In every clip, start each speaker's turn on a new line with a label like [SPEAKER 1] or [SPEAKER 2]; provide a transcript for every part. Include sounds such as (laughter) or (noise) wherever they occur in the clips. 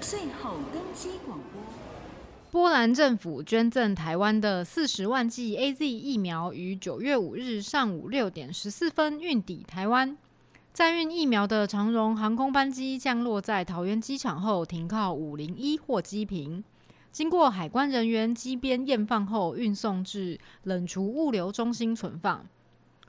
[SPEAKER 1] 最后更新广播。
[SPEAKER 2] 波兰政府捐赠台湾的四十万剂 A Z 疫苗于九月五日上午六点十四分运抵台湾。载运疫苗的长荣航空班机降落在桃园机场后，停靠五零一或机坪，经过海关人员机边验放后，运送至冷储物流中心存放。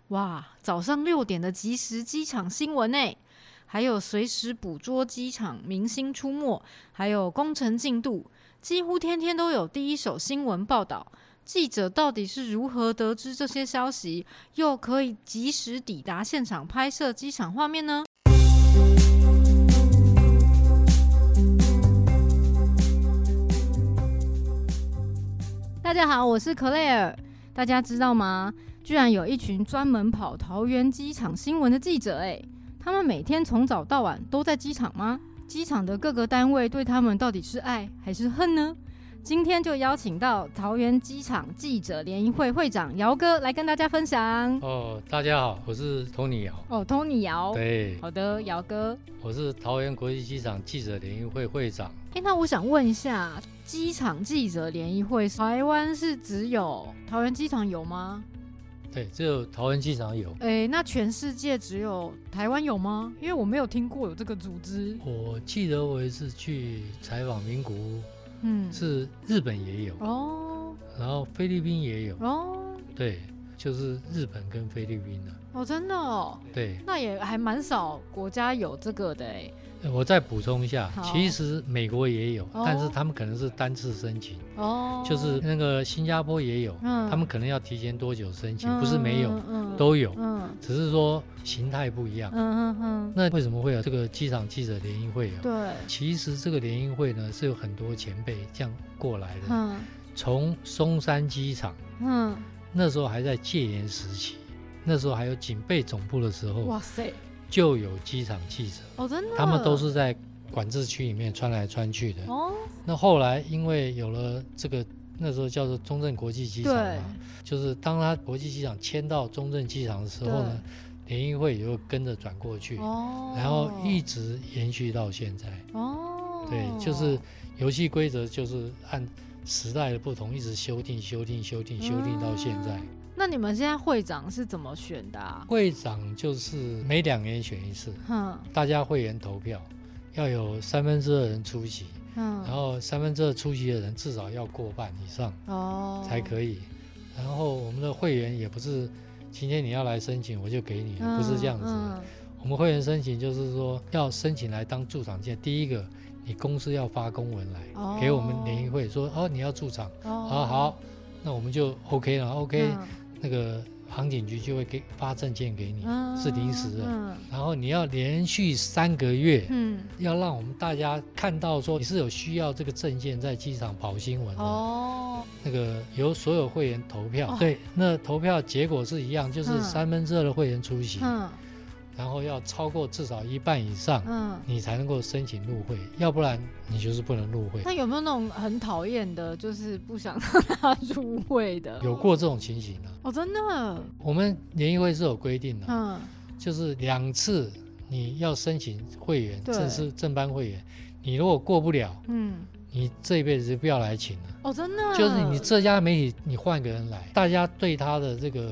[SPEAKER 2] 哇，早上六点的即时机场新闻诶，还有随时捕捉机场明星出没，还有工程进度，几乎天天都有第一手新闻报道。记者到底是如何得知这些消息，又可以及时抵达现场拍摄机场画面呢？大家好，我是克莱尔。大家知道吗？居然有一群专门跑桃园机场新闻的记者、欸，他们每天从早到晚都在机场吗？机场的各个单位对他们到底是爱还是恨呢？今天就邀请到桃园机场记者联谊会会长姚哥来跟大家分享。
[SPEAKER 3] 哦，大家好，我是 Tony 姚。
[SPEAKER 2] 哦，Tony 姚，
[SPEAKER 3] 对，
[SPEAKER 2] 好的，姚哥。
[SPEAKER 3] 我是桃园国际机场记者联谊会会长。
[SPEAKER 2] 诶，那我想问一下，机场记者联谊会，台湾是只有桃园机场有吗？
[SPEAKER 3] 对，只有桃园机场有。
[SPEAKER 2] 诶，那全世界只有台湾有吗？因为我没有听过有这个组织。
[SPEAKER 3] 我记得我有一次去采访名古屋，
[SPEAKER 2] 嗯，
[SPEAKER 3] 是日本也有，
[SPEAKER 2] 哦
[SPEAKER 3] 然后菲律宾也有。
[SPEAKER 2] 哦
[SPEAKER 3] 对，就是日本跟菲律宾的。
[SPEAKER 2] 哦，真的哦，
[SPEAKER 3] 对，
[SPEAKER 2] 那也还蛮少国家有这个的诶。
[SPEAKER 3] 呃我再补充一下
[SPEAKER 2] 好，
[SPEAKER 3] 其实美国也有，
[SPEAKER 2] 哦
[SPEAKER 3] 但是他们可能是单次申请，
[SPEAKER 2] 哦，
[SPEAKER 3] 就是那个新加坡也有，
[SPEAKER 2] 嗯
[SPEAKER 3] 他们可能要提前多久申请，不是没有，
[SPEAKER 2] 嗯
[SPEAKER 3] 都有，
[SPEAKER 2] 嗯
[SPEAKER 3] 只是说形态不一样
[SPEAKER 2] 嗯。嗯嗯，
[SPEAKER 3] 那为什么会有这个机场记者联谊会啊？
[SPEAKER 2] 对，
[SPEAKER 3] 其实这个联谊会呢，是有很多前辈这样过来的。
[SPEAKER 2] 嗯
[SPEAKER 3] 从松山机场
[SPEAKER 2] 嗯，
[SPEAKER 3] 那时候还在戒严时期，那时候还有警备总部的时候，
[SPEAKER 2] 哇塞，
[SPEAKER 3] 就有机场记者，
[SPEAKER 2] 哦真的，
[SPEAKER 3] 哦他们都是在管制区里面穿来穿去的。
[SPEAKER 2] 哦，
[SPEAKER 3] 那后来因为有了这个。那时候叫做中正国际机场
[SPEAKER 2] 对
[SPEAKER 3] 嘛，就是当他国际机场迁到中正机场的时候呢，联谊会也就跟着转过去，
[SPEAKER 2] 哦，
[SPEAKER 3] 然后一直延续到现在。
[SPEAKER 2] 哦，
[SPEAKER 3] 对，就是游戏规则就是按时代的不同一直修订、修订、修订、修订到现在。
[SPEAKER 2] 那你们现在会长是怎么选的啊？
[SPEAKER 3] 会长就是每两年选一次，
[SPEAKER 2] 哼
[SPEAKER 3] 大家会员投票，要有三分之二人出席，然
[SPEAKER 2] 哼，
[SPEAKER 3] 后三分之二出席的人至少要过半以上
[SPEAKER 2] 哦，
[SPEAKER 3] 才可以。然后我们的会员也不是今天你要来申请我就给你，
[SPEAKER 2] 嗯，
[SPEAKER 3] 不是这样子的。
[SPEAKER 2] 嗯
[SPEAKER 3] 我们会员申请就是说要申请来当驻场见，第一个你公司要发公文来、
[SPEAKER 2] 哦
[SPEAKER 3] 给我们联谊会说哦你要驻场，
[SPEAKER 2] 哦，
[SPEAKER 3] 好好，那我们就 OK 了，OK、
[SPEAKER 2] 嗯
[SPEAKER 3] 那个航警局就会给发证件给你，
[SPEAKER 2] 嗯
[SPEAKER 3] 是临时的。
[SPEAKER 2] 嗯
[SPEAKER 3] 然后你要连续三个月，
[SPEAKER 2] 嗯，
[SPEAKER 3] 要让我们大家看到说你是有需要这个证件在机场跑新闻的。
[SPEAKER 2] 哦，
[SPEAKER 3] 那个由所有会员投票，
[SPEAKER 2] 哦
[SPEAKER 3] 对，那投票结果是一样，就是
[SPEAKER 2] 嗯
[SPEAKER 3] 三分之二的会员出席，
[SPEAKER 2] 嗯
[SPEAKER 3] 然后要超过至少一半以上，
[SPEAKER 2] 嗯。
[SPEAKER 3] 你才能够申请入会，要不然你就是不能入会。
[SPEAKER 2] 那有没有那种很讨厌的，就是不想让他入会的？
[SPEAKER 3] 有过这种情形的、
[SPEAKER 2] 哦，真的，
[SPEAKER 3] 我们联谊会是有规定的、
[SPEAKER 2] 嗯，
[SPEAKER 3] 就是两次你要申请会员，
[SPEAKER 2] 对
[SPEAKER 3] 正式正班会员，你如果过不了，
[SPEAKER 2] 嗯，
[SPEAKER 3] 你这一辈子就不要来请了。
[SPEAKER 2] 哦，真的，
[SPEAKER 3] 就是你这家媒体，你换个人来，大家对他的这个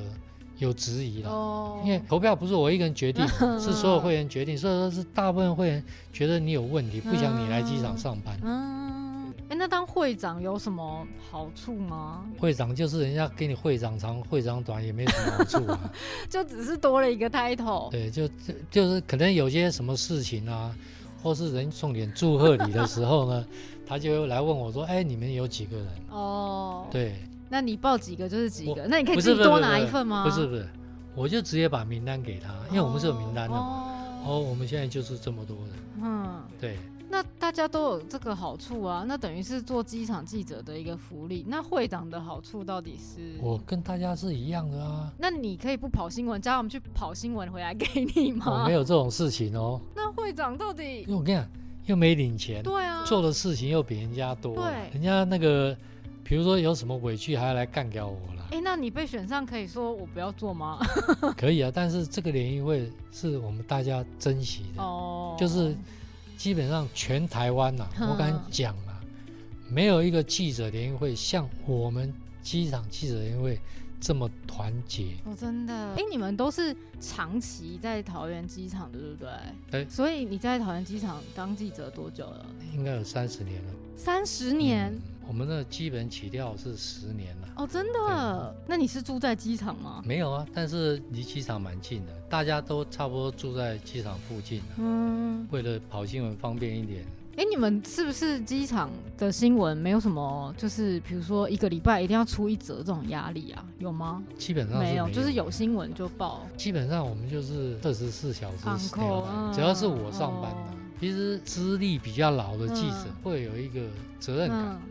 [SPEAKER 3] 有质疑了。
[SPEAKER 2] 哦，
[SPEAKER 3] 因为投票不是我一个人决定，
[SPEAKER 2] 嗯
[SPEAKER 3] 是所有会员决定，所以说是大部分会员觉得你有问题，不想你来机场上班。
[SPEAKER 2] 嗯，哎、那当会长有什么好处吗？
[SPEAKER 3] 会长就是人家给你会长长，会长短也没什么好处啊。
[SPEAKER 2] (laughs) 就只是多了一个 title，
[SPEAKER 3] 对，就就就是可能有些什么事情啊，或是人送点祝贺礼的时候呢，他就会来问我说：“哎，你们有几个人
[SPEAKER 2] 哦，？”，
[SPEAKER 3] 对，
[SPEAKER 2] 那你报几个就是几个，
[SPEAKER 3] 我
[SPEAKER 2] 那你可以
[SPEAKER 3] 不
[SPEAKER 2] 自
[SPEAKER 3] 是
[SPEAKER 2] 己
[SPEAKER 3] 不是
[SPEAKER 2] 多
[SPEAKER 3] 不是
[SPEAKER 2] 拿一份吗？
[SPEAKER 3] 不是不是，我就直接把名单给他，因为我们是有名单的嘛。
[SPEAKER 2] 哦，
[SPEAKER 3] 哦，我们现在就是这么多人，
[SPEAKER 2] 嗯，
[SPEAKER 3] 对，
[SPEAKER 2] 那大家都有这个好处啊，那等于是做机场记者的一个福利。那会长的好处到底是？
[SPEAKER 3] 我跟大家是一样的
[SPEAKER 2] (laughs)
[SPEAKER 3] 啊，
[SPEAKER 2] 那你可以不跑新闻，叫我们去跑新闻回来给你
[SPEAKER 3] 我
[SPEAKER 2] 吗？
[SPEAKER 3] 没有这种事情哦，
[SPEAKER 2] 那会长到
[SPEAKER 3] 因
[SPEAKER 2] 底？
[SPEAKER 3] 为我跟你讲，又没领钱，
[SPEAKER 2] 对啊，
[SPEAKER 3] 做的事情又比人家多，
[SPEAKER 2] 对
[SPEAKER 3] 人家那个，比如说有什么委屈还要来干掉我啦
[SPEAKER 2] 哎、，那你被选上可以说我不要做
[SPEAKER 3] (laughs)
[SPEAKER 2] 吗？哎
[SPEAKER 3] 可以啊，但是这个联谊会是我们大家珍惜的，
[SPEAKER 2] 哦，
[SPEAKER 3] 就是基本上全台湾呐、
[SPEAKER 2] 嗯
[SPEAKER 3] 我敢讲啊，没有一个记者联谊会像我们机场记者联谊会这么团结。
[SPEAKER 2] 我真的，哎、你们都是长期在桃园机场的，对不对？
[SPEAKER 3] 对
[SPEAKER 2] 所以你在桃园机场当记者多久了？
[SPEAKER 3] 应该有三十年了。
[SPEAKER 2] 三十年、
[SPEAKER 3] 嗯我们的基本起跳是十年了。
[SPEAKER 2] 哦，真的？那你是住在机场吗？
[SPEAKER 3] 没有啊，但是离机场蛮近的，大家都差不多住在机场附近啊、
[SPEAKER 2] 嗯，
[SPEAKER 3] 为了跑新闻方便一点，
[SPEAKER 2] 哎、你们是不是机场的新闻没有什么，就是比如说一个礼拜一定要出一则这种压力啊？有吗？
[SPEAKER 3] 基本上是
[SPEAKER 2] 没
[SPEAKER 3] 没
[SPEAKER 2] 有，就是有
[SPEAKER 3] 的
[SPEAKER 2] 新闻就报。
[SPEAKER 3] 基本上我们就是二十四小时
[SPEAKER 2] On call，嗯
[SPEAKER 3] stand，只要是我上班的
[SPEAKER 2] 哦，
[SPEAKER 3] 其实资历比较老的记者
[SPEAKER 2] 嗯
[SPEAKER 3] 会有一个责任感，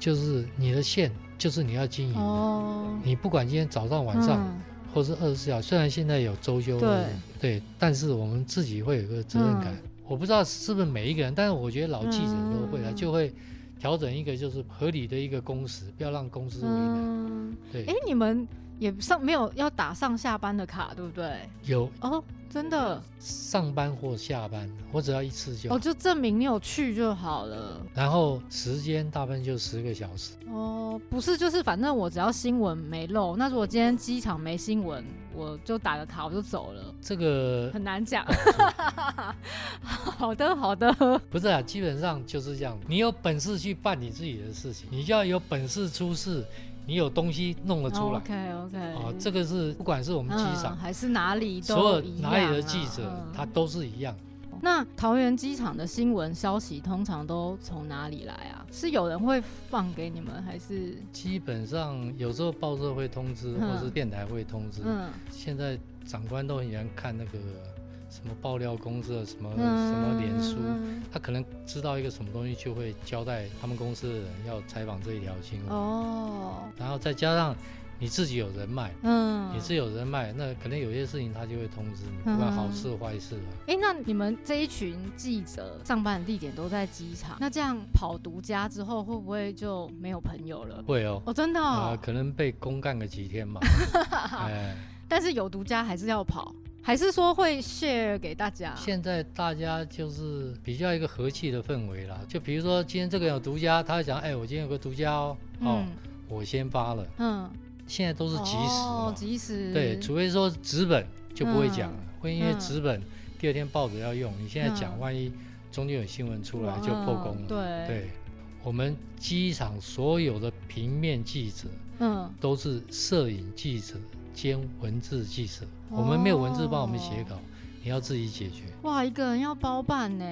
[SPEAKER 3] 就是你的线就是你要经营的，
[SPEAKER 2] 哦，
[SPEAKER 3] 你不管今天早嗯上晚上
[SPEAKER 2] 嗯
[SPEAKER 3] 或是二十四小时，虽然现在有周休二日，对，但是我们自己会有一个责任感。
[SPEAKER 2] 嗯
[SPEAKER 3] 我不知道是不是每一个人，但是我觉得老记者都会啊，
[SPEAKER 2] 嗯
[SPEAKER 3] 就会调整一个就是合理的一个工时，不要让公司为难。
[SPEAKER 2] 嗯，
[SPEAKER 3] 对
[SPEAKER 2] 哎、，你们也上没有要打上下班的卡，对不对？
[SPEAKER 3] 有
[SPEAKER 2] 哦，真的，
[SPEAKER 3] 上班或下班，我只要一次就好
[SPEAKER 2] 哦，就证明你有去就好了。
[SPEAKER 3] 然后时间大部分就十个小时，
[SPEAKER 2] 哦，不是，就是反正我只要新闻没漏，那如果今天机场没新闻，我就打个卡我就走了，
[SPEAKER 3] 这个
[SPEAKER 2] 很难讲。
[SPEAKER 3] 哦
[SPEAKER 2] (laughs) 好的，好的，
[SPEAKER 3] 不是啊，基本上就是这样。你有本事去办你自己的事情，你就要有本事出事，你有东西弄得出来。
[SPEAKER 2] OK 哦 OK，哦
[SPEAKER 3] 啊，这个是不管是我
[SPEAKER 2] 我
[SPEAKER 3] 们机场、
[SPEAKER 2] 嗯还是哪里都
[SPEAKER 3] 所有
[SPEAKER 2] 一
[SPEAKER 3] 哪里
[SPEAKER 2] 样
[SPEAKER 3] 的
[SPEAKER 2] 啊
[SPEAKER 3] 记者，
[SPEAKER 2] 嗯
[SPEAKER 3] 他都是一样。
[SPEAKER 2] 那桃园机场的新闻消息通常都从哪里来啊？是有人会放给你们，还是
[SPEAKER 3] 基本上有时候报社会通知，
[SPEAKER 2] 嗯
[SPEAKER 3] 或是电台会通知。
[SPEAKER 2] 嗯
[SPEAKER 3] 现在长官都很喜欢看那个什么爆料公社，什么、
[SPEAKER 2] 嗯
[SPEAKER 3] 什么脸书。
[SPEAKER 2] 嗯
[SPEAKER 3] 他可能知道一个什么东西，就会交代他们公司的人要采访这一条新闻，
[SPEAKER 2] 嗯哦，
[SPEAKER 3] 然后再加上你自己有人脉，
[SPEAKER 2] 嗯，
[SPEAKER 3] 你是有人脉，那可能有些事情他就会通知你，不管
[SPEAKER 2] 嗯
[SPEAKER 3] 好事坏事啊。
[SPEAKER 2] 哎、那你们这一群记者上班的地点都在机场，那这样跑独家之后，会不会就没有朋友了？
[SPEAKER 3] 会哦，
[SPEAKER 2] 哦，真的、
[SPEAKER 3] 啊、
[SPEAKER 2] 哦
[SPEAKER 3] 可能被公干个
[SPEAKER 2] (laughs)
[SPEAKER 3] 几天吧。哎，
[SPEAKER 2] 但是有独家还是要跑，还是说会 share 给大家？
[SPEAKER 3] 现在大家就是比较一个和气的氛围啦。就比如说今天这个有独家，他会讲，哎，我今天有个独家哦，哦，
[SPEAKER 2] 嗯
[SPEAKER 3] 我先发了。
[SPEAKER 2] 嗯，
[SPEAKER 3] 现在都是即时
[SPEAKER 2] 哦
[SPEAKER 3] 嘛，，
[SPEAKER 2] 及时
[SPEAKER 3] 对，除非说纸本就不会讲了，会因为
[SPEAKER 2] 嗯
[SPEAKER 3] 纸本第二天报纸要用，你现
[SPEAKER 2] 嗯
[SPEAKER 3] 在讲，万一中间有新闻出来就破功了。
[SPEAKER 2] 对，
[SPEAKER 3] 对，我们机场所有的平面记者
[SPEAKER 2] 嗯，
[SPEAKER 3] 都是摄影记者兼文字记者，
[SPEAKER 2] 哦
[SPEAKER 3] 我们没有文字帮我们写稿，你要自己解决。
[SPEAKER 2] 哇，一个人要包办呢，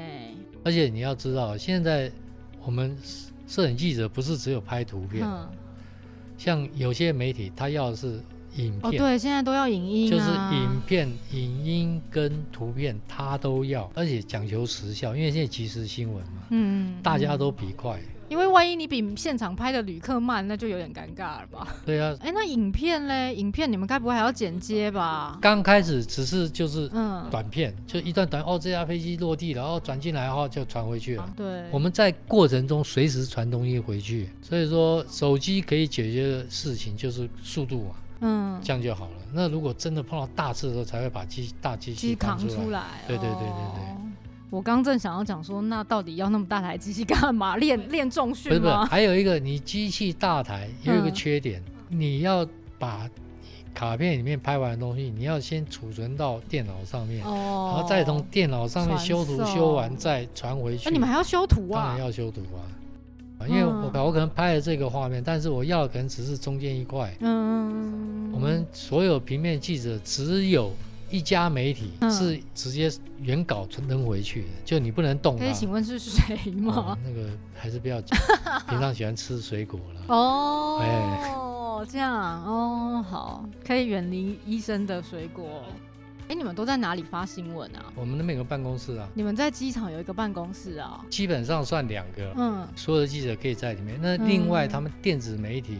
[SPEAKER 3] 而且你要知道，现在我们摄影记者不是只有拍图片，
[SPEAKER 2] 嗯，
[SPEAKER 3] 像有些媒体他要的是影
[SPEAKER 2] 哦，
[SPEAKER 3] 片。
[SPEAKER 2] 对，现在都要影音、啊，
[SPEAKER 3] 就是影片、影音跟图片，他都要，而且讲求时效，因为现在即时新闻嘛，
[SPEAKER 2] 嗯，嗯，
[SPEAKER 3] 大家
[SPEAKER 2] 嗯
[SPEAKER 3] 都比快。
[SPEAKER 2] 因为万一你比现场拍的旅客慢，那就有点尴尬了吧？
[SPEAKER 3] 对啊，
[SPEAKER 2] 哎、那影片嘞？影片你们该不会还要剪接吧？
[SPEAKER 3] 刚开始只是就是
[SPEAKER 2] 嗯，
[SPEAKER 3] 短片，就一段短哦，这架飞机落地了，然后哦转进来，然后就传回去了。
[SPEAKER 2] 哦对，
[SPEAKER 3] 我们在过程中随时传东西回去，所以说手机可以解决的事情就是速度嘛，
[SPEAKER 2] 嗯，
[SPEAKER 3] 这样就好了。那如果真的碰到大事的时候，才会把机大机
[SPEAKER 2] 机
[SPEAKER 3] 器
[SPEAKER 2] 器扛
[SPEAKER 3] 出
[SPEAKER 2] 出
[SPEAKER 3] 来。
[SPEAKER 2] 来，
[SPEAKER 3] 对对对对对
[SPEAKER 2] 哦我刚正想要讲说，那到底要那么大台机器干嘛？练练重
[SPEAKER 3] 不是
[SPEAKER 2] 训
[SPEAKER 3] 不是，
[SPEAKER 2] 吗？嗯
[SPEAKER 3] 还有一个你机器大台有一个缺点，你要把卡片里面拍完的东西，你要先储存到电脑上面，
[SPEAKER 2] 哦
[SPEAKER 3] 然后再从电脑上面
[SPEAKER 2] 传
[SPEAKER 3] 修图
[SPEAKER 2] 送
[SPEAKER 3] 修完再传回去。
[SPEAKER 2] 哎、你们还要修图
[SPEAKER 3] 当
[SPEAKER 2] 啊
[SPEAKER 3] 然？要修图啊，啊因为我
[SPEAKER 2] 嗯
[SPEAKER 3] 我可能拍了这个画面，但是我要的可能只是中间一块。
[SPEAKER 2] 嗯，
[SPEAKER 3] 我们所有平面记者只有一家媒体
[SPEAKER 2] 嗯
[SPEAKER 3] 是直接原稿扔回去的，就你不能动它
[SPEAKER 2] 可以。请问是谁
[SPEAKER 3] 哦
[SPEAKER 2] 吗？
[SPEAKER 3] 那个还是不要讲，平常喜欢吃水果啦。
[SPEAKER 2] 哦，
[SPEAKER 3] 嗯哎
[SPEAKER 2] 这样哦，好，可以远离医生的水果。哎、你们都在哪里发新闻啊？
[SPEAKER 3] 我们那边有个办公室啊，
[SPEAKER 2] 你们在机场有一个办公室啊？
[SPEAKER 3] 基本上算两个，
[SPEAKER 2] 嗯，
[SPEAKER 3] 所有的记者可以在里面。那另外
[SPEAKER 2] 嗯
[SPEAKER 3] 他们电子媒体。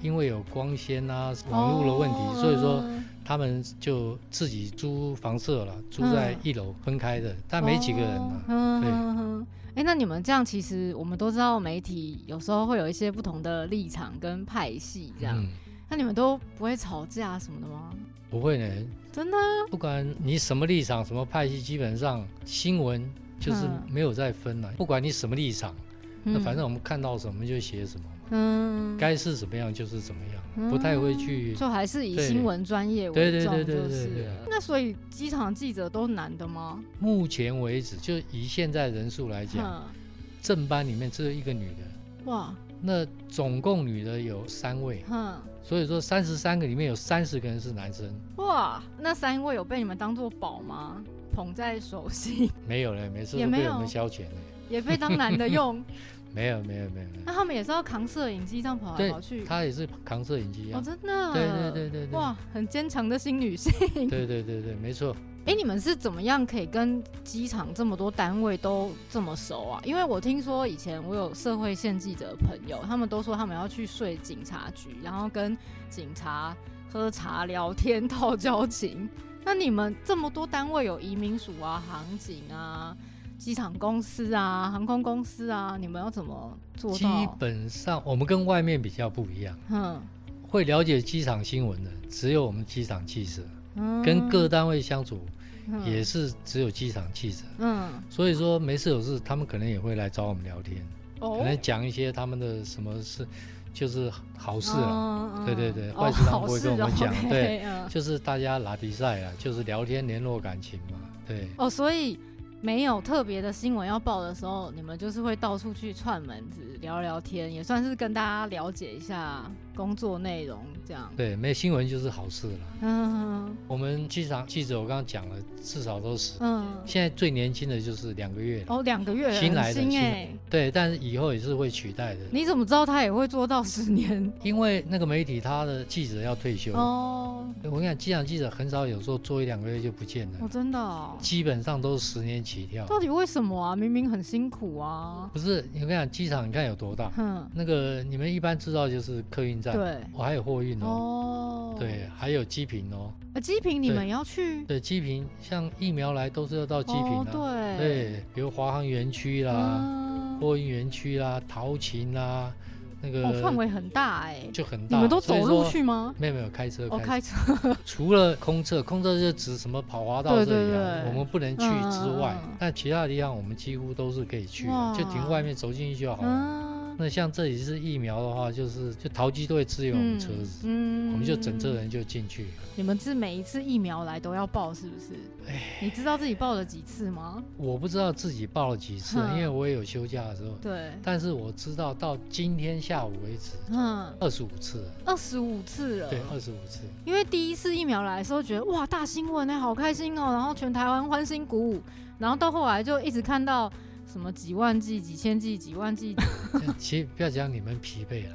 [SPEAKER 3] 因为有光纤啊、网络的问题，
[SPEAKER 2] 哦
[SPEAKER 3] 所以说他们就自己租房舍了，住在一楼分开的，但没几个人嘛。
[SPEAKER 2] 嗯
[SPEAKER 3] 对
[SPEAKER 2] 嗯嗯哎、那你们这样，其实我们都知道，媒体有时候会有一些不同的立场跟派系这样。
[SPEAKER 3] 嗯，
[SPEAKER 2] 那你们都不会吵架什么的吗？
[SPEAKER 3] 不会呢，
[SPEAKER 2] 真的？
[SPEAKER 3] 不管你什么立场、什么派系，基本上新闻就是
[SPEAKER 2] 嗯
[SPEAKER 3] 没有再分啊了。不管你什么立场，那
[SPEAKER 2] 嗯
[SPEAKER 3] 反正我们看到什么就写什么嘛，
[SPEAKER 2] 嗯，
[SPEAKER 3] 该是怎么样就是怎么样，不太会去。
[SPEAKER 2] 就还是以
[SPEAKER 3] 对
[SPEAKER 2] 新闻专业
[SPEAKER 3] 对
[SPEAKER 2] 为
[SPEAKER 3] 对
[SPEAKER 2] 重，
[SPEAKER 3] 对
[SPEAKER 2] 就
[SPEAKER 3] 对对
[SPEAKER 2] 是
[SPEAKER 3] 对
[SPEAKER 2] 了。那所以机场记者都是男的吗？
[SPEAKER 3] 目前为止，就以现在人数来讲，
[SPEAKER 2] 嗯，
[SPEAKER 3] 正班里面只有一个女的，
[SPEAKER 2] 哇，
[SPEAKER 3] 那总共女的有三位，
[SPEAKER 2] 哼，
[SPEAKER 3] 所以说三十三个里面有三十个人是男生，
[SPEAKER 2] 哇，那三位有被你们当做宝吗？捧在手心， (laughs)
[SPEAKER 3] 没有嘞，每次
[SPEAKER 2] 也
[SPEAKER 3] 都
[SPEAKER 2] 没
[SPEAKER 3] 被
[SPEAKER 2] 有
[SPEAKER 3] 我们消遣嘞，
[SPEAKER 2] 也被当男的用，
[SPEAKER 3] 没有没有没有没
[SPEAKER 2] 那他们也是要扛摄影机这样跑来
[SPEAKER 3] 对
[SPEAKER 2] 跑去
[SPEAKER 3] 有，。他也是扛摄影机
[SPEAKER 2] 哦，
[SPEAKER 3] 啊，
[SPEAKER 2] 真的，
[SPEAKER 3] 对对对对对，
[SPEAKER 2] 哇，很坚强的新女性。
[SPEAKER 3] 对对对对，没错，
[SPEAKER 2] 哎、你们是怎么样可以跟机场这么多单位都这么熟啊？因为我听说以前我有社会线记者朋友，他们都说他们要去睡警察局，然后跟警察喝茶聊天套交情。那你们这么多单位有移民署啊、航警啊、机场公司啊、航空公司啊，你们要怎么做
[SPEAKER 3] 基
[SPEAKER 2] 到？
[SPEAKER 3] 本上我们跟外面比较不一样，
[SPEAKER 2] 嗯
[SPEAKER 3] 会了解机场新闻的只有我们机场记者，
[SPEAKER 2] 嗯
[SPEAKER 3] 跟各单位相处
[SPEAKER 2] 嗯
[SPEAKER 3] 也是只有机场记者，
[SPEAKER 2] 嗯
[SPEAKER 3] 所以说没事有事，他们可能也会来找我们聊天，可
[SPEAKER 2] 哦
[SPEAKER 3] 能讲一些他们的什么事，就是好事啊。
[SPEAKER 2] 嗯
[SPEAKER 3] 对对对
[SPEAKER 2] 嗯
[SPEAKER 3] 坏事他们不会跟我们讲
[SPEAKER 2] 哦好事哦
[SPEAKER 3] 对
[SPEAKER 2] OK，嗯
[SPEAKER 3] 就是大家拉迪赛啊，就是聊天联络感情嘛。对，
[SPEAKER 2] 哦，所以没有特别的新闻要报的时候，你们就是会到处去串门子聊聊天，也算是跟大家了解一下工作内容这样。
[SPEAKER 3] 对，没新闻就是好事了。
[SPEAKER 2] 嗯
[SPEAKER 3] 我们机场记者，我刚刚讲了，至少都十，
[SPEAKER 2] 嗯，
[SPEAKER 3] 现在最年轻的就是两个月了。
[SPEAKER 2] 哦，两个月了
[SPEAKER 3] 新来
[SPEAKER 2] 很
[SPEAKER 3] 的
[SPEAKER 2] 新
[SPEAKER 3] 新
[SPEAKER 2] 哎、
[SPEAKER 3] 来对，但是以后也是会取代的，
[SPEAKER 2] 你怎么知道他也会做到十年？
[SPEAKER 3] 因为那个媒体他的记者要退休。
[SPEAKER 2] 哦，
[SPEAKER 3] 我跟你讲，机场记者很少有时候做一两个月就不见了，
[SPEAKER 2] 哦，真的、哦，
[SPEAKER 3] 基本上都是十年起跳。
[SPEAKER 2] 到底为什么啊？明明很辛苦啊。
[SPEAKER 3] 不是，我跟你讲，机场你看有多大？
[SPEAKER 2] 哼，
[SPEAKER 3] 那个你们一般知道就是客运站，
[SPEAKER 2] 对，
[SPEAKER 3] 我还有货运哦，
[SPEAKER 2] 哦，
[SPEAKER 3] 对，还有机坪哦，
[SPEAKER 2] 呃，机坪你
[SPEAKER 3] 对
[SPEAKER 2] 们也要去？
[SPEAKER 3] 对，机坪像疫苗来都是要到机坪
[SPEAKER 2] 哦，
[SPEAKER 3] 的、
[SPEAKER 2] 对，
[SPEAKER 3] 对，啊比如华航园区啦、
[SPEAKER 2] 嗯
[SPEAKER 3] 货运园区啦、桃琴啦，那个、
[SPEAKER 2] 哦，范围很大哎、
[SPEAKER 3] 就很
[SPEAKER 2] 你
[SPEAKER 3] 大。
[SPEAKER 2] 们都
[SPEAKER 3] 所以
[SPEAKER 2] 走路
[SPEAKER 3] 说？
[SPEAKER 2] 去吗？
[SPEAKER 3] 没有没有，开车
[SPEAKER 2] 哦，
[SPEAKER 3] 开
[SPEAKER 2] 开
[SPEAKER 3] 车。
[SPEAKER 2] 车，
[SPEAKER 3] 除了空侧，空侧就指什么跑滑道
[SPEAKER 2] 对
[SPEAKER 3] 这里啊
[SPEAKER 2] 对，对
[SPEAKER 3] 我们不能去之外
[SPEAKER 2] 嗯嗯嗯，
[SPEAKER 3] 但其他地方我们几乎都是可以去的
[SPEAKER 2] 哇，
[SPEAKER 3] 就停外面走进去就好了。
[SPEAKER 2] 嗯，
[SPEAKER 3] 那像这里是疫苗的话，就是就桃机队支援我们车子，
[SPEAKER 2] 嗯
[SPEAKER 3] 我们就整车。人就进去。
[SPEAKER 2] 你们是每一次疫苗来都要报，是不是？
[SPEAKER 3] 哎
[SPEAKER 2] 你知道自己报了几次吗？
[SPEAKER 3] 我不知道自己报了几次，
[SPEAKER 2] 嗯
[SPEAKER 3] 因为我也有休假的时候，
[SPEAKER 2] 对，
[SPEAKER 3] 但是我知道到今天下午为止，
[SPEAKER 2] 嗯，
[SPEAKER 3] 二十五次了，
[SPEAKER 2] 二十五次了。
[SPEAKER 3] 对，二十五次， (laughs)
[SPEAKER 2] 因为第一次疫苗来的时候，觉得哇大新闻呢、好开心哦，然后全台湾欢欣鼓舞，然后到后来就一直看到什么几万剂、几千剂、几万剂，
[SPEAKER 3] 其实不要讲你们疲惫了，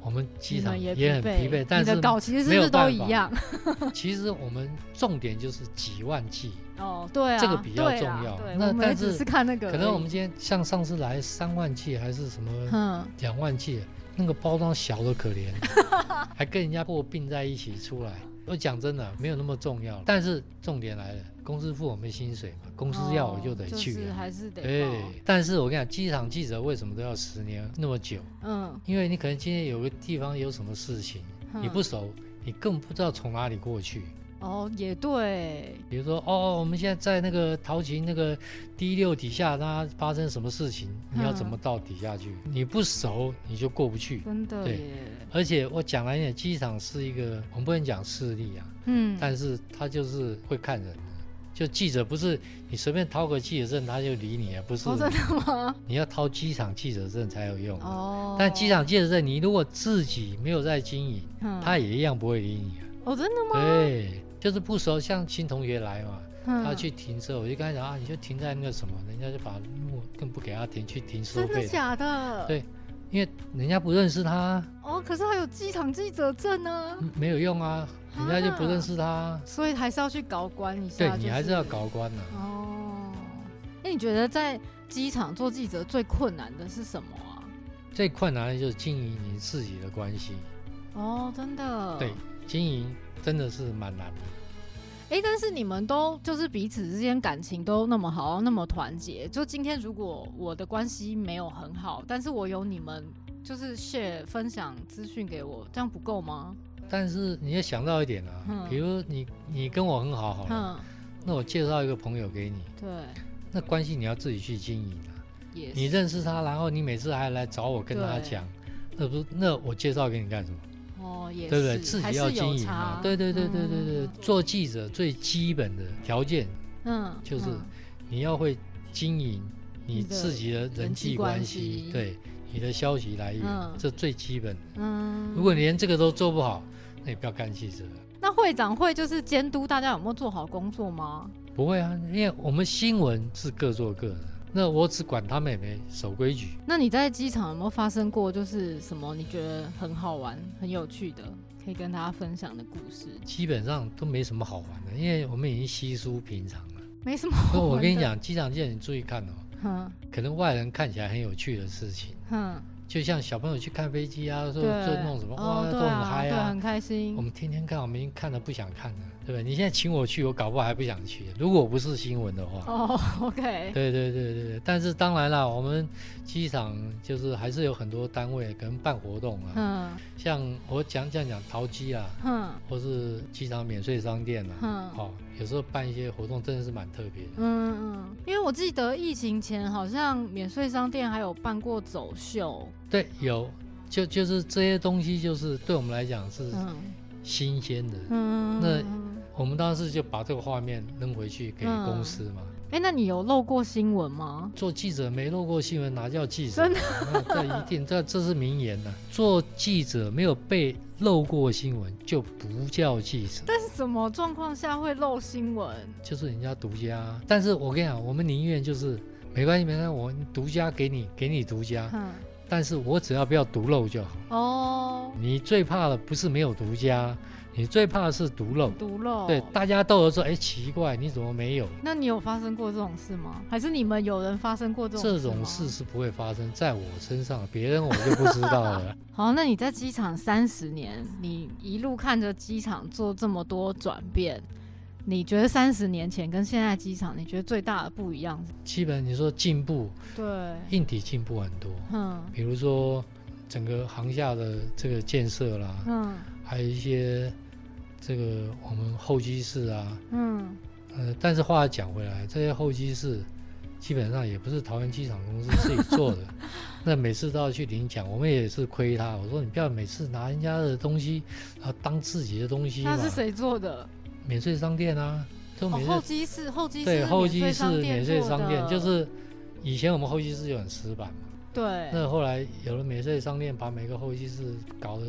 [SPEAKER 3] 我们机
[SPEAKER 2] 你
[SPEAKER 3] 场
[SPEAKER 2] 们
[SPEAKER 3] 也
[SPEAKER 2] 疲
[SPEAKER 3] 很疲惫，但
[SPEAKER 2] 你的
[SPEAKER 3] 是
[SPEAKER 2] 稿其实
[SPEAKER 3] 没
[SPEAKER 2] 是
[SPEAKER 3] 有
[SPEAKER 2] 不是都
[SPEAKER 3] 办
[SPEAKER 2] 一
[SPEAKER 3] 法
[SPEAKER 2] 样？
[SPEAKER 3] (laughs) 其实我们重点就是几万剂，
[SPEAKER 2] 哦，对啊，
[SPEAKER 3] 这个比较
[SPEAKER 2] 对啦
[SPEAKER 3] 重要
[SPEAKER 2] 对，
[SPEAKER 3] 那
[SPEAKER 2] 我们
[SPEAKER 3] 但
[SPEAKER 2] 也只
[SPEAKER 3] 是
[SPEAKER 2] 是看那个而已，
[SPEAKER 3] 可能我们今天像上次来三万剂还是什么
[SPEAKER 2] 嗯，
[SPEAKER 3] 两万剂，那个包装小的可
[SPEAKER 2] (laughs)
[SPEAKER 3] 怜，还跟人家过并在一起出来。我讲真的，没有那么重要，但是重点来了，公司付我们薪水嘛，公司要我就得
[SPEAKER 2] 哦
[SPEAKER 3] 去
[SPEAKER 2] 就是
[SPEAKER 3] 啊。
[SPEAKER 2] 还是得
[SPEAKER 3] 对
[SPEAKER 2] 报，
[SPEAKER 3] 但是我跟你讲，机场记者为什么都要十年那么久？
[SPEAKER 2] 嗯，
[SPEAKER 3] 因为你可能今天有个地方有什么事情，你
[SPEAKER 2] 嗯
[SPEAKER 3] 不熟，你更不知道从哪里过去。
[SPEAKER 2] 哦，也对，
[SPEAKER 3] 比如说，哦，我们现在在那个桃琴那个 D 六底下，它发生什么事情，你要怎么到底下去？你不熟，你就过不去。
[SPEAKER 2] 真的
[SPEAKER 3] 对
[SPEAKER 2] 耶，
[SPEAKER 3] 而且我讲来一点，机场是一个，我们不能讲势力啊，
[SPEAKER 2] 嗯，
[SPEAKER 3] 但是他就是会看人的。就记者不是你随便掏个记者证他就理你啊，不是？
[SPEAKER 2] 哦，真的吗？
[SPEAKER 3] 你要掏机场记者证才有用啊。
[SPEAKER 2] 哦，
[SPEAKER 3] 但机，场记者证你如果自己没有在经营，他
[SPEAKER 2] 也，
[SPEAKER 3] 也一样不会理你啊。
[SPEAKER 2] 哦，真的吗？
[SPEAKER 3] 对，就是不熟，像新同学来嘛，他
[SPEAKER 2] 嗯，
[SPEAKER 3] 去停车，我就跟他讲啊，你就停在那个什么，人家就把路更不给他停，去停收
[SPEAKER 2] 真的
[SPEAKER 3] 费的，
[SPEAKER 2] 假的？
[SPEAKER 3] 对因为人家不认识他，
[SPEAKER 2] 哦，可是他有机场记者证呢，
[SPEAKER 3] 嗯没有用啊，人家就不认识他，
[SPEAKER 2] 所以还是要去搞官一下，
[SPEAKER 3] 对你还是要。搞官呐、
[SPEAKER 2] 哦，那你觉得在机场做记者最困难的是什么啊？
[SPEAKER 3] 最困难的就是经营你自己的关系，
[SPEAKER 2] 哦，真的，
[SPEAKER 3] 对，经营真的是蛮难的。
[SPEAKER 2] 哎、但是你们都就是彼此之间感情都那么好，那么团结。就今天如果我的关系没有很好，但是我有你们就是 share 分享资讯给我，这样不够吗？
[SPEAKER 3] 但是你也想到一点啊，
[SPEAKER 2] 嗯
[SPEAKER 3] 比如你你跟我很好好了，
[SPEAKER 2] 嗯，
[SPEAKER 3] 那我介绍一个朋友给你，
[SPEAKER 2] 对，
[SPEAKER 3] 那关系你要自己去经营啊。
[SPEAKER 2] 也
[SPEAKER 3] 你
[SPEAKER 2] 是
[SPEAKER 3] 认识他，然后你每次还来找我跟他
[SPEAKER 2] 对
[SPEAKER 3] 讲，那不那我介绍给你干什么？
[SPEAKER 2] 哦，也
[SPEAKER 3] 对不对？
[SPEAKER 2] 是
[SPEAKER 3] 自
[SPEAKER 2] 还
[SPEAKER 3] 己
[SPEAKER 2] 是有
[SPEAKER 3] 要经营
[SPEAKER 2] 差
[SPEAKER 3] 啊。对对对对对对
[SPEAKER 2] 嗯，
[SPEAKER 3] 做记者最基本的条件
[SPEAKER 2] 嗯，
[SPEAKER 3] 就是
[SPEAKER 2] 嗯
[SPEAKER 3] 你要会经营你
[SPEAKER 2] 你的
[SPEAKER 3] 自己的人
[SPEAKER 2] 人际
[SPEAKER 3] 际
[SPEAKER 2] 关
[SPEAKER 3] 关
[SPEAKER 2] 系
[SPEAKER 3] 系，对你的消息来源
[SPEAKER 2] 嗯，
[SPEAKER 3] 这最基本的。
[SPEAKER 2] 嗯，
[SPEAKER 3] 如果你连这个都做不好，那也不要干记者了。
[SPEAKER 2] 那会长会就是监督大家有没有做好工作吗？
[SPEAKER 3] 不会啊，因为我们新闻是各做各的，那我只管他们有没有守规矩。
[SPEAKER 2] 那你在机场有没有发生过就是什么你觉得很好玩、很有趣的，可以跟大家分享的故事？
[SPEAKER 3] 基本上都没什么好玩的，因为我们已经稀疏平常了。
[SPEAKER 2] 没什么好
[SPEAKER 3] 那
[SPEAKER 2] 玩
[SPEAKER 3] 我跟你
[SPEAKER 2] 的，
[SPEAKER 3] 讲，机场见你注意看哦，
[SPEAKER 2] (laughs) 哼
[SPEAKER 3] 可能外人看起来很有趣的事情，
[SPEAKER 2] 哼，
[SPEAKER 3] 就像小朋友去看飞机啊，说
[SPEAKER 2] 对，
[SPEAKER 3] 做弄什么，
[SPEAKER 2] 哦
[SPEAKER 3] 哇，
[SPEAKER 2] 对
[SPEAKER 3] 都
[SPEAKER 2] 啊
[SPEAKER 3] 很嗨
[SPEAKER 2] 对，
[SPEAKER 3] 啊
[SPEAKER 2] 很。开心
[SPEAKER 3] 我。们天天看，我们已经看了不想看了，对不对？你现在请我去，我搞不好还不想去。如果我不是新闻的话，
[SPEAKER 2] 哦，OK， (laughs)
[SPEAKER 3] 对对对对对。但是当然啦，我们机场就是还是有很多单位可能办活动啊，
[SPEAKER 2] 哼
[SPEAKER 3] 像我讲讲讲淘机啊，
[SPEAKER 2] 哼嗯
[SPEAKER 3] 或是机场免税商店啊，
[SPEAKER 2] 哼。
[SPEAKER 3] 哦，有时候办一些活动真的是蛮特别的。
[SPEAKER 2] 嗯嗯，因为我记得疫情前好像免税商店还有办过走秀，
[SPEAKER 3] 对，有就就是这些东西，就是对我们来讲是
[SPEAKER 2] 嗯
[SPEAKER 3] 新鲜的。
[SPEAKER 2] 嗯，
[SPEAKER 3] 那
[SPEAKER 2] 嗯
[SPEAKER 3] 我们当时就把这个画面扔回去给
[SPEAKER 2] 嗯
[SPEAKER 3] 公司嘛。
[SPEAKER 2] 哎、那你有漏过新闻吗？
[SPEAKER 3] 做记者没漏过新闻，哪叫记者？
[SPEAKER 2] 真的
[SPEAKER 3] 那这一定，这这是名言呐、做记者没有被漏过新闻，就不叫记者，
[SPEAKER 2] 但是什么状况下会漏新闻？
[SPEAKER 3] 就是人家独家啊。但是我跟你讲，我们宁愿就是没关系，没关系，我独家给你，给你独家，
[SPEAKER 2] 哼，
[SPEAKER 3] 但是我只要不要独漏就好。
[SPEAKER 2] 哦，
[SPEAKER 3] 你最怕的不是没有独家，你最怕的是独漏。
[SPEAKER 2] 毒漏。
[SPEAKER 3] 对，大家都有说，哎，奇怪，你怎么没有？
[SPEAKER 2] 那你有发生过这种事吗？还是你们有人发生过这种
[SPEAKER 3] 这
[SPEAKER 2] 事
[SPEAKER 3] 种
[SPEAKER 2] 吗
[SPEAKER 3] 事？是不会发生在我身上，别人我就不知道了。 (laughs)
[SPEAKER 2] 好，那你在机场三十年，你一路看着机场做这么多转变，你觉得三十年前跟现在机场，你觉得最大的不一样是？
[SPEAKER 3] 基本你说进步，
[SPEAKER 2] 对，
[SPEAKER 3] 硬体进步很多，
[SPEAKER 2] 嗯
[SPEAKER 3] 比如说整个航厦的这个建设啦，
[SPEAKER 2] 嗯
[SPEAKER 3] 还有一些这个我们候机室啊，
[SPEAKER 2] 嗯，
[SPEAKER 3] 呃，但是话讲回来，这些候机室基本上也不是桃园机场公司自己做的，
[SPEAKER 2] (laughs)
[SPEAKER 3] 那每次都要去领奖，我们也是亏他。我说你不要每次拿人家的东西，然后当自己的东西嘛
[SPEAKER 2] 那。是谁做的？
[SPEAKER 3] 免税商店啊，都
[SPEAKER 2] 哦
[SPEAKER 3] 免，税、
[SPEAKER 2] 候机室，候机室
[SPEAKER 3] 对
[SPEAKER 2] 是
[SPEAKER 3] 候
[SPEAKER 2] 免
[SPEAKER 3] 机
[SPEAKER 2] 税
[SPEAKER 3] 室
[SPEAKER 2] 商
[SPEAKER 3] 免
[SPEAKER 2] 店
[SPEAKER 3] 税
[SPEAKER 2] 做
[SPEAKER 3] 商店
[SPEAKER 2] 的，
[SPEAKER 3] 就是以前我们候机室就很死板嘛。
[SPEAKER 2] 对，
[SPEAKER 3] 那后来有了免税商店，把每个候机室搞得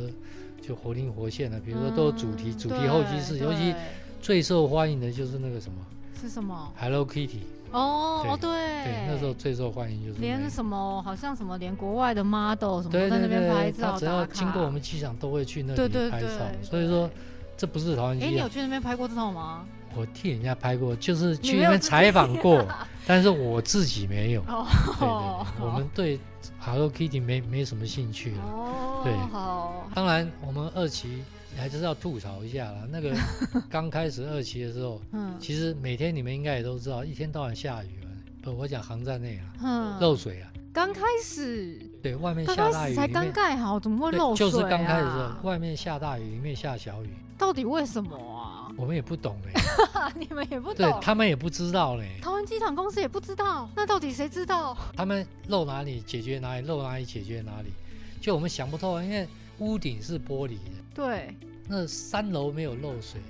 [SPEAKER 3] 就活灵活现了。比如说都有主题，
[SPEAKER 2] 嗯
[SPEAKER 3] 主题候机
[SPEAKER 2] 对
[SPEAKER 3] 室，尤
[SPEAKER 2] 对
[SPEAKER 3] 其最受欢迎的就是那个什么
[SPEAKER 2] 是什么？
[SPEAKER 3] Hello Kitty。
[SPEAKER 2] 哦哦，对，
[SPEAKER 3] 对，那时候最受欢迎就是那
[SPEAKER 2] 连
[SPEAKER 3] 个
[SPEAKER 2] 什么好像什么连国外的 model 什么
[SPEAKER 3] 对
[SPEAKER 2] 都在
[SPEAKER 3] 对
[SPEAKER 2] 那边拍
[SPEAKER 3] 对，
[SPEAKER 2] 照
[SPEAKER 3] 他只
[SPEAKER 2] 打
[SPEAKER 3] 要
[SPEAKER 2] 卡
[SPEAKER 3] 经过我们机场都会去那
[SPEAKER 2] 对对
[SPEAKER 3] 里拍照
[SPEAKER 2] 对，，
[SPEAKER 3] 所以说这不是桃园
[SPEAKER 2] 哎，诶
[SPEAKER 3] 机
[SPEAKER 2] 你有
[SPEAKER 3] 场，
[SPEAKER 2] 去那边拍过这套吗？
[SPEAKER 3] 我替人家拍过，就是
[SPEAKER 2] 你
[SPEAKER 3] 去
[SPEAKER 2] 没
[SPEAKER 3] 那
[SPEAKER 2] 有
[SPEAKER 3] 边
[SPEAKER 2] 自
[SPEAKER 3] 采
[SPEAKER 2] 己
[SPEAKER 3] 访过，但是我自己没有。
[SPEAKER 2] 哦
[SPEAKER 3] 对对对，我们对 Hello Kitty 没没什么兴趣啊了。
[SPEAKER 2] (laughs) 哦，
[SPEAKER 3] 对
[SPEAKER 2] 好，
[SPEAKER 3] 当然，我们二期还是要吐槽一下啦。那
[SPEAKER 2] (laughs)
[SPEAKER 3] 个刚开始二期的时候， (laughs)
[SPEAKER 2] 嗯
[SPEAKER 3] 其实每天你们应该也都知道，一天到晚下雨啊，不，我讲航站内啊，
[SPEAKER 2] 嗯，
[SPEAKER 3] 漏水啊，
[SPEAKER 2] 刚开始，
[SPEAKER 3] 对外面
[SPEAKER 2] 刚
[SPEAKER 3] 下
[SPEAKER 2] 开
[SPEAKER 3] 大雨，
[SPEAKER 2] 始才
[SPEAKER 3] 里
[SPEAKER 2] 刚
[SPEAKER 3] 面
[SPEAKER 2] 盖好，怎么会
[SPEAKER 3] 对
[SPEAKER 2] 漏水
[SPEAKER 3] 就
[SPEAKER 2] 啊？
[SPEAKER 3] 是刚开始的时候，外面下大雨，里面下小雨，
[SPEAKER 2] 到底为什么啊？
[SPEAKER 3] 我们也不懂嘞，
[SPEAKER 2] (laughs) 你们也不
[SPEAKER 3] 对
[SPEAKER 2] 懂，
[SPEAKER 3] 他们也不知道嘞，
[SPEAKER 2] 桃园机场公司也不知道，那到底谁知道？
[SPEAKER 3] 他们漏哪里解决哪里，漏哪里解决哪里，就我们想不透，啊因为屋顶是玻璃的。
[SPEAKER 2] 对，
[SPEAKER 3] 那三楼没有漏水，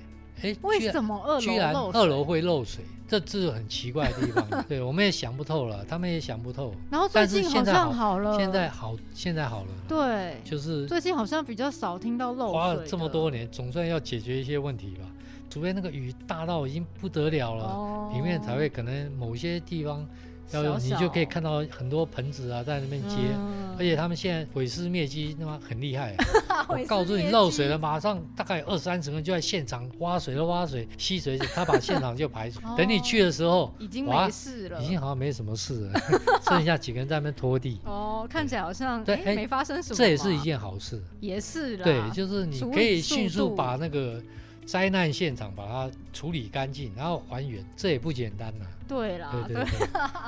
[SPEAKER 3] 哎，
[SPEAKER 2] 为
[SPEAKER 3] 居然
[SPEAKER 2] 什么二
[SPEAKER 3] 居
[SPEAKER 2] 楼
[SPEAKER 3] 然
[SPEAKER 2] 漏
[SPEAKER 3] 二
[SPEAKER 2] 水？
[SPEAKER 3] 楼会漏水？这这是很奇怪的地方，
[SPEAKER 2] (laughs)
[SPEAKER 3] 对我们也想不透了，他们也想不透。
[SPEAKER 2] 然后最
[SPEAKER 3] 但是
[SPEAKER 2] 近好
[SPEAKER 3] 现在
[SPEAKER 2] 像
[SPEAKER 3] 好
[SPEAKER 2] 好了，
[SPEAKER 3] 现在好，现在好了，，
[SPEAKER 2] 对，
[SPEAKER 3] 就是
[SPEAKER 2] 最近好像比较少听到漏水。
[SPEAKER 3] 花了这么多，年，总算要解决一些问题吧。除非那个雨大到已经不得了了，
[SPEAKER 2] 哦
[SPEAKER 3] 里面才会可能某些地方要用，你就可以看到很多盆子啊在那边接。
[SPEAKER 2] 嗯
[SPEAKER 3] 而且他们现在毁尸灭迹，他妈很厉害、啊
[SPEAKER 2] (laughs) 他
[SPEAKER 3] 我告诉你，漏水了，马上大概有二三十个人就在现场挖水了，挖水吸水，他把现场就
[SPEAKER 2] (laughs)
[SPEAKER 3] 排除
[SPEAKER 2] 哦。
[SPEAKER 3] 等你去的时候，
[SPEAKER 2] 已经
[SPEAKER 3] 哇
[SPEAKER 2] 没事了，
[SPEAKER 3] 已经好像没什么事 (laughs) 了，剩下几个人在那边
[SPEAKER 2] (laughs)
[SPEAKER 3] 拖地，
[SPEAKER 2] 哦，看起来好像
[SPEAKER 3] 对
[SPEAKER 2] 诶
[SPEAKER 3] 哎
[SPEAKER 2] 没发生什么嘛，
[SPEAKER 3] 这也是一件好事。
[SPEAKER 2] 也是啊啦，
[SPEAKER 3] 对，就是你
[SPEAKER 2] 处
[SPEAKER 3] 可
[SPEAKER 2] 理
[SPEAKER 3] 以
[SPEAKER 2] 速
[SPEAKER 3] 迅速
[SPEAKER 2] 度
[SPEAKER 3] 把那个灾难现场把它处理干净，然后还原，这也不简单呐。
[SPEAKER 2] 对啦，(laughs)
[SPEAKER 3] 对对对，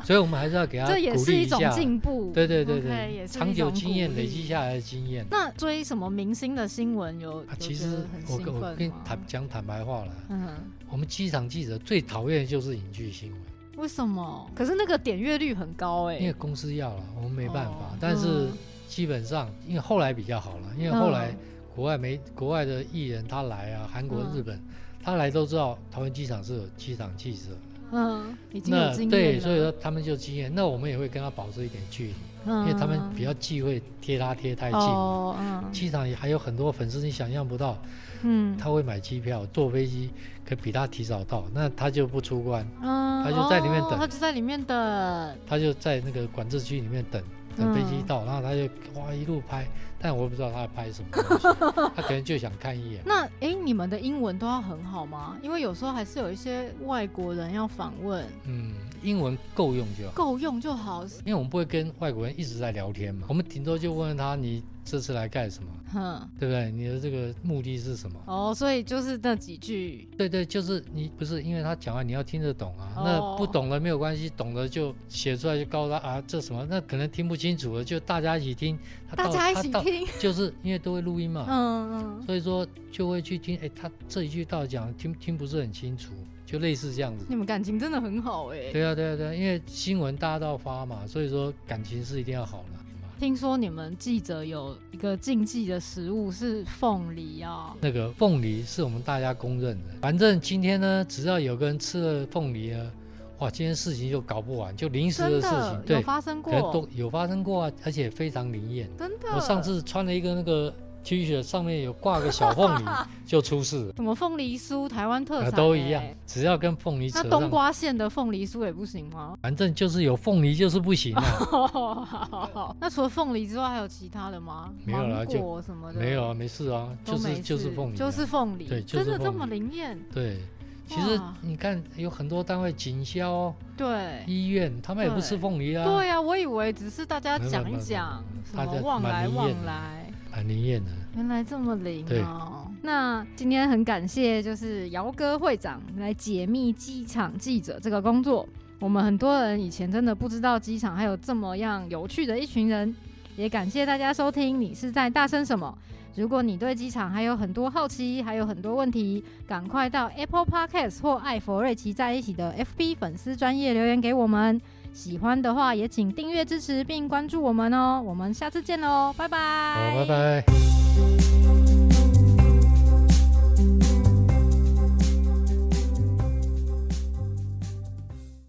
[SPEAKER 3] 所以我们还是要给他
[SPEAKER 2] 啊这也
[SPEAKER 3] 鼓
[SPEAKER 2] 是
[SPEAKER 3] 励
[SPEAKER 2] 一
[SPEAKER 3] 一
[SPEAKER 2] 种
[SPEAKER 3] 下。
[SPEAKER 2] 进步，
[SPEAKER 3] 对对对
[SPEAKER 2] OK，
[SPEAKER 3] 对
[SPEAKER 2] 也，是一
[SPEAKER 3] 长久
[SPEAKER 2] 种
[SPEAKER 3] 经验
[SPEAKER 2] 鼓
[SPEAKER 3] 累
[SPEAKER 2] 励
[SPEAKER 3] 积下来的经验。
[SPEAKER 2] 那追什么明星的新闻有？
[SPEAKER 3] 啊
[SPEAKER 2] 有，
[SPEAKER 3] 其
[SPEAKER 2] 觉得
[SPEAKER 3] 实
[SPEAKER 2] 很
[SPEAKER 3] 我
[SPEAKER 2] 兴
[SPEAKER 3] 跟我
[SPEAKER 2] 奋啊
[SPEAKER 3] 跟
[SPEAKER 2] 吗
[SPEAKER 3] 坦讲坦白话了，
[SPEAKER 2] 嗯，
[SPEAKER 3] 我们机场记者最讨厌的就是影剧新闻，
[SPEAKER 2] 为什么？可是那个点阅率很高哎、
[SPEAKER 3] 因为公司要了，我们没办法。
[SPEAKER 2] 哦
[SPEAKER 3] 但是
[SPEAKER 2] 嗯
[SPEAKER 3] 基本上，因为后来比较好了，因为后来国外没国外的艺人他来啊，韩国、
[SPEAKER 2] 嗯
[SPEAKER 3] 日本他来都知道桃园机场是有机场记者，
[SPEAKER 2] 嗯，已经有
[SPEAKER 3] 那
[SPEAKER 2] 经验
[SPEAKER 3] 对，
[SPEAKER 2] 了
[SPEAKER 3] 所以说他们就经验。那我们也会跟他保持一点距离，因为他们比较忌讳贴他贴太
[SPEAKER 2] 嗯
[SPEAKER 3] 近。
[SPEAKER 2] 哦，嗯
[SPEAKER 3] 机场也还有很多粉丝，你想象不到，
[SPEAKER 2] 嗯，
[SPEAKER 3] 他会买机票、坐飞机，可比他提早到，那他就不出关，
[SPEAKER 2] 嗯，
[SPEAKER 3] 他就在里面
[SPEAKER 2] 哦
[SPEAKER 3] 等
[SPEAKER 2] 他就在里面等，
[SPEAKER 3] 他就在那个管制区里面等
[SPEAKER 2] 嗯
[SPEAKER 3] 等飞机到，然后他就哇一路拍，但我也不知道他在拍什么东西，他可能就想
[SPEAKER 2] (laughs)
[SPEAKER 3] 看一眼。
[SPEAKER 2] 那哎、诶你们的英文都要很好吗？因为有时候还是有一些外国人要访问，
[SPEAKER 3] 嗯，英文够用就好，
[SPEAKER 2] 够用就好。
[SPEAKER 3] 因为我们不会跟外国人一直在聊天嘛，我们顶多就问问他你这次来干什么，
[SPEAKER 2] 哼，
[SPEAKER 3] 对不对？你的这个目的是什么？
[SPEAKER 2] 哦，所以就是那几句，
[SPEAKER 3] 对对，就是你不是因为他讲话你要听得懂啊，
[SPEAKER 2] 哦
[SPEAKER 3] 那不懂了没有关系，懂了就写出来就告诉他啊这什么，那可能听不清楚了就大家一起听，他
[SPEAKER 2] 大
[SPEAKER 3] 到
[SPEAKER 2] 家一
[SPEAKER 3] 他
[SPEAKER 2] 起
[SPEAKER 3] 到
[SPEAKER 2] 听，
[SPEAKER 3] 就是因为都会录音
[SPEAKER 2] (laughs)
[SPEAKER 3] 嘛，
[SPEAKER 2] 嗯嗯，
[SPEAKER 3] 所以说就会去听，哎，他这一句到底讲听听不是很清楚，就类似这样子。
[SPEAKER 2] 你们感情真的很好哎、
[SPEAKER 3] 对啊，对啊，对啊，因为新闻大家都要发嘛，所以说感情是一定要好的。
[SPEAKER 2] 听说你们记者有一个禁忌的食物是凤梨啊，
[SPEAKER 3] 那个凤梨是我们大家公认的，反正今天呢，只要有个人吃了凤梨呢，哇，今天事情就搞不完，就临时
[SPEAKER 2] 真
[SPEAKER 3] 事情
[SPEAKER 2] 的，有
[SPEAKER 3] 对，
[SPEAKER 2] 发生
[SPEAKER 3] 可能都
[SPEAKER 2] 过，
[SPEAKER 3] 有发生过啊，而且非常灵验。
[SPEAKER 2] 真的。
[SPEAKER 3] 我上次穿了一个那个 T 恤，上面有挂个小凤梨，
[SPEAKER 2] (laughs)
[SPEAKER 3] 就出事了，
[SPEAKER 2] 什么凤梨酥，台湾特
[SPEAKER 3] 啊
[SPEAKER 2] 产、
[SPEAKER 3] 都一样
[SPEAKER 2] 欸，
[SPEAKER 3] 只要跟凤梨扯
[SPEAKER 2] 那
[SPEAKER 3] 上
[SPEAKER 2] 冬瓜馅的凤梨酥也不行吗？
[SPEAKER 3] 反正就是有凤梨就是不
[SPEAKER 2] (laughs)
[SPEAKER 3] 行啊，
[SPEAKER 2] 那除了凤梨之外，还有其他的吗？
[SPEAKER 3] 没有啦
[SPEAKER 2] 芒
[SPEAKER 3] 就
[SPEAKER 2] 果什么的，
[SPEAKER 3] 没有啊，没事啊，
[SPEAKER 2] 都
[SPEAKER 3] 就
[SPEAKER 2] 没
[SPEAKER 3] 是
[SPEAKER 2] 事，
[SPEAKER 3] 就是凤梨啊，
[SPEAKER 2] 就是凤梨，
[SPEAKER 3] 对就是
[SPEAKER 2] 真的这
[SPEAKER 3] 凤梨
[SPEAKER 2] 么灵验？
[SPEAKER 3] 对。其实
[SPEAKER 2] 哇
[SPEAKER 3] 你看，有很多单位警消、
[SPEAKER 2] 对。
[SPEAKER 3] 医院，他们也不吃凤梨啊，
[SPEAKER 2] 对啊，我以为只是大家
[SPEAKER 3] 没有
[SPEAKER 2] 讲
[SPEAKER 3] 没有
[SPEAKER 2] 一
[SPEAKER 3] 没有
[SPEAKER 2] 讲
[SPEAKER 3] 没有
[SPEAKER 2] 什
[SPEAKER 3] 大
[SPEAKER 2] 么
[SPEAKER 3] 家
[SPEAKER 2] 旺
[SPEAKER 3] 蛮
[SPEAKER 2] 来
[SPEAKER 3] 灵
[SPEAKER 2] 旺
[SPEAKER 3] 验的
[SPEAKER 2] 来，
[SPEAKER 3] 蛮灵验的。
[SPEAKER 2] 原来这么灵
[SPEAKER 3] 对
[SPEAKER 2] 哦！那今天很感谢，就是姚哥会长来解密机场记者这个工作。我们很多人以前真的不知道机场还有这么样有趣的一群人，也感谢大家收听。你是在大声什么？如果你对机场还有很多好奇，还有很多问题，赶快到 Apple Podcast 或艾佛瑞奇在一起的 FB 粉丝专业留言给我们。喜欢的话也请订阅支持并关注我们哦。我们下次见喽，拜拜。
[SPEAKER 3] 好，拜拜。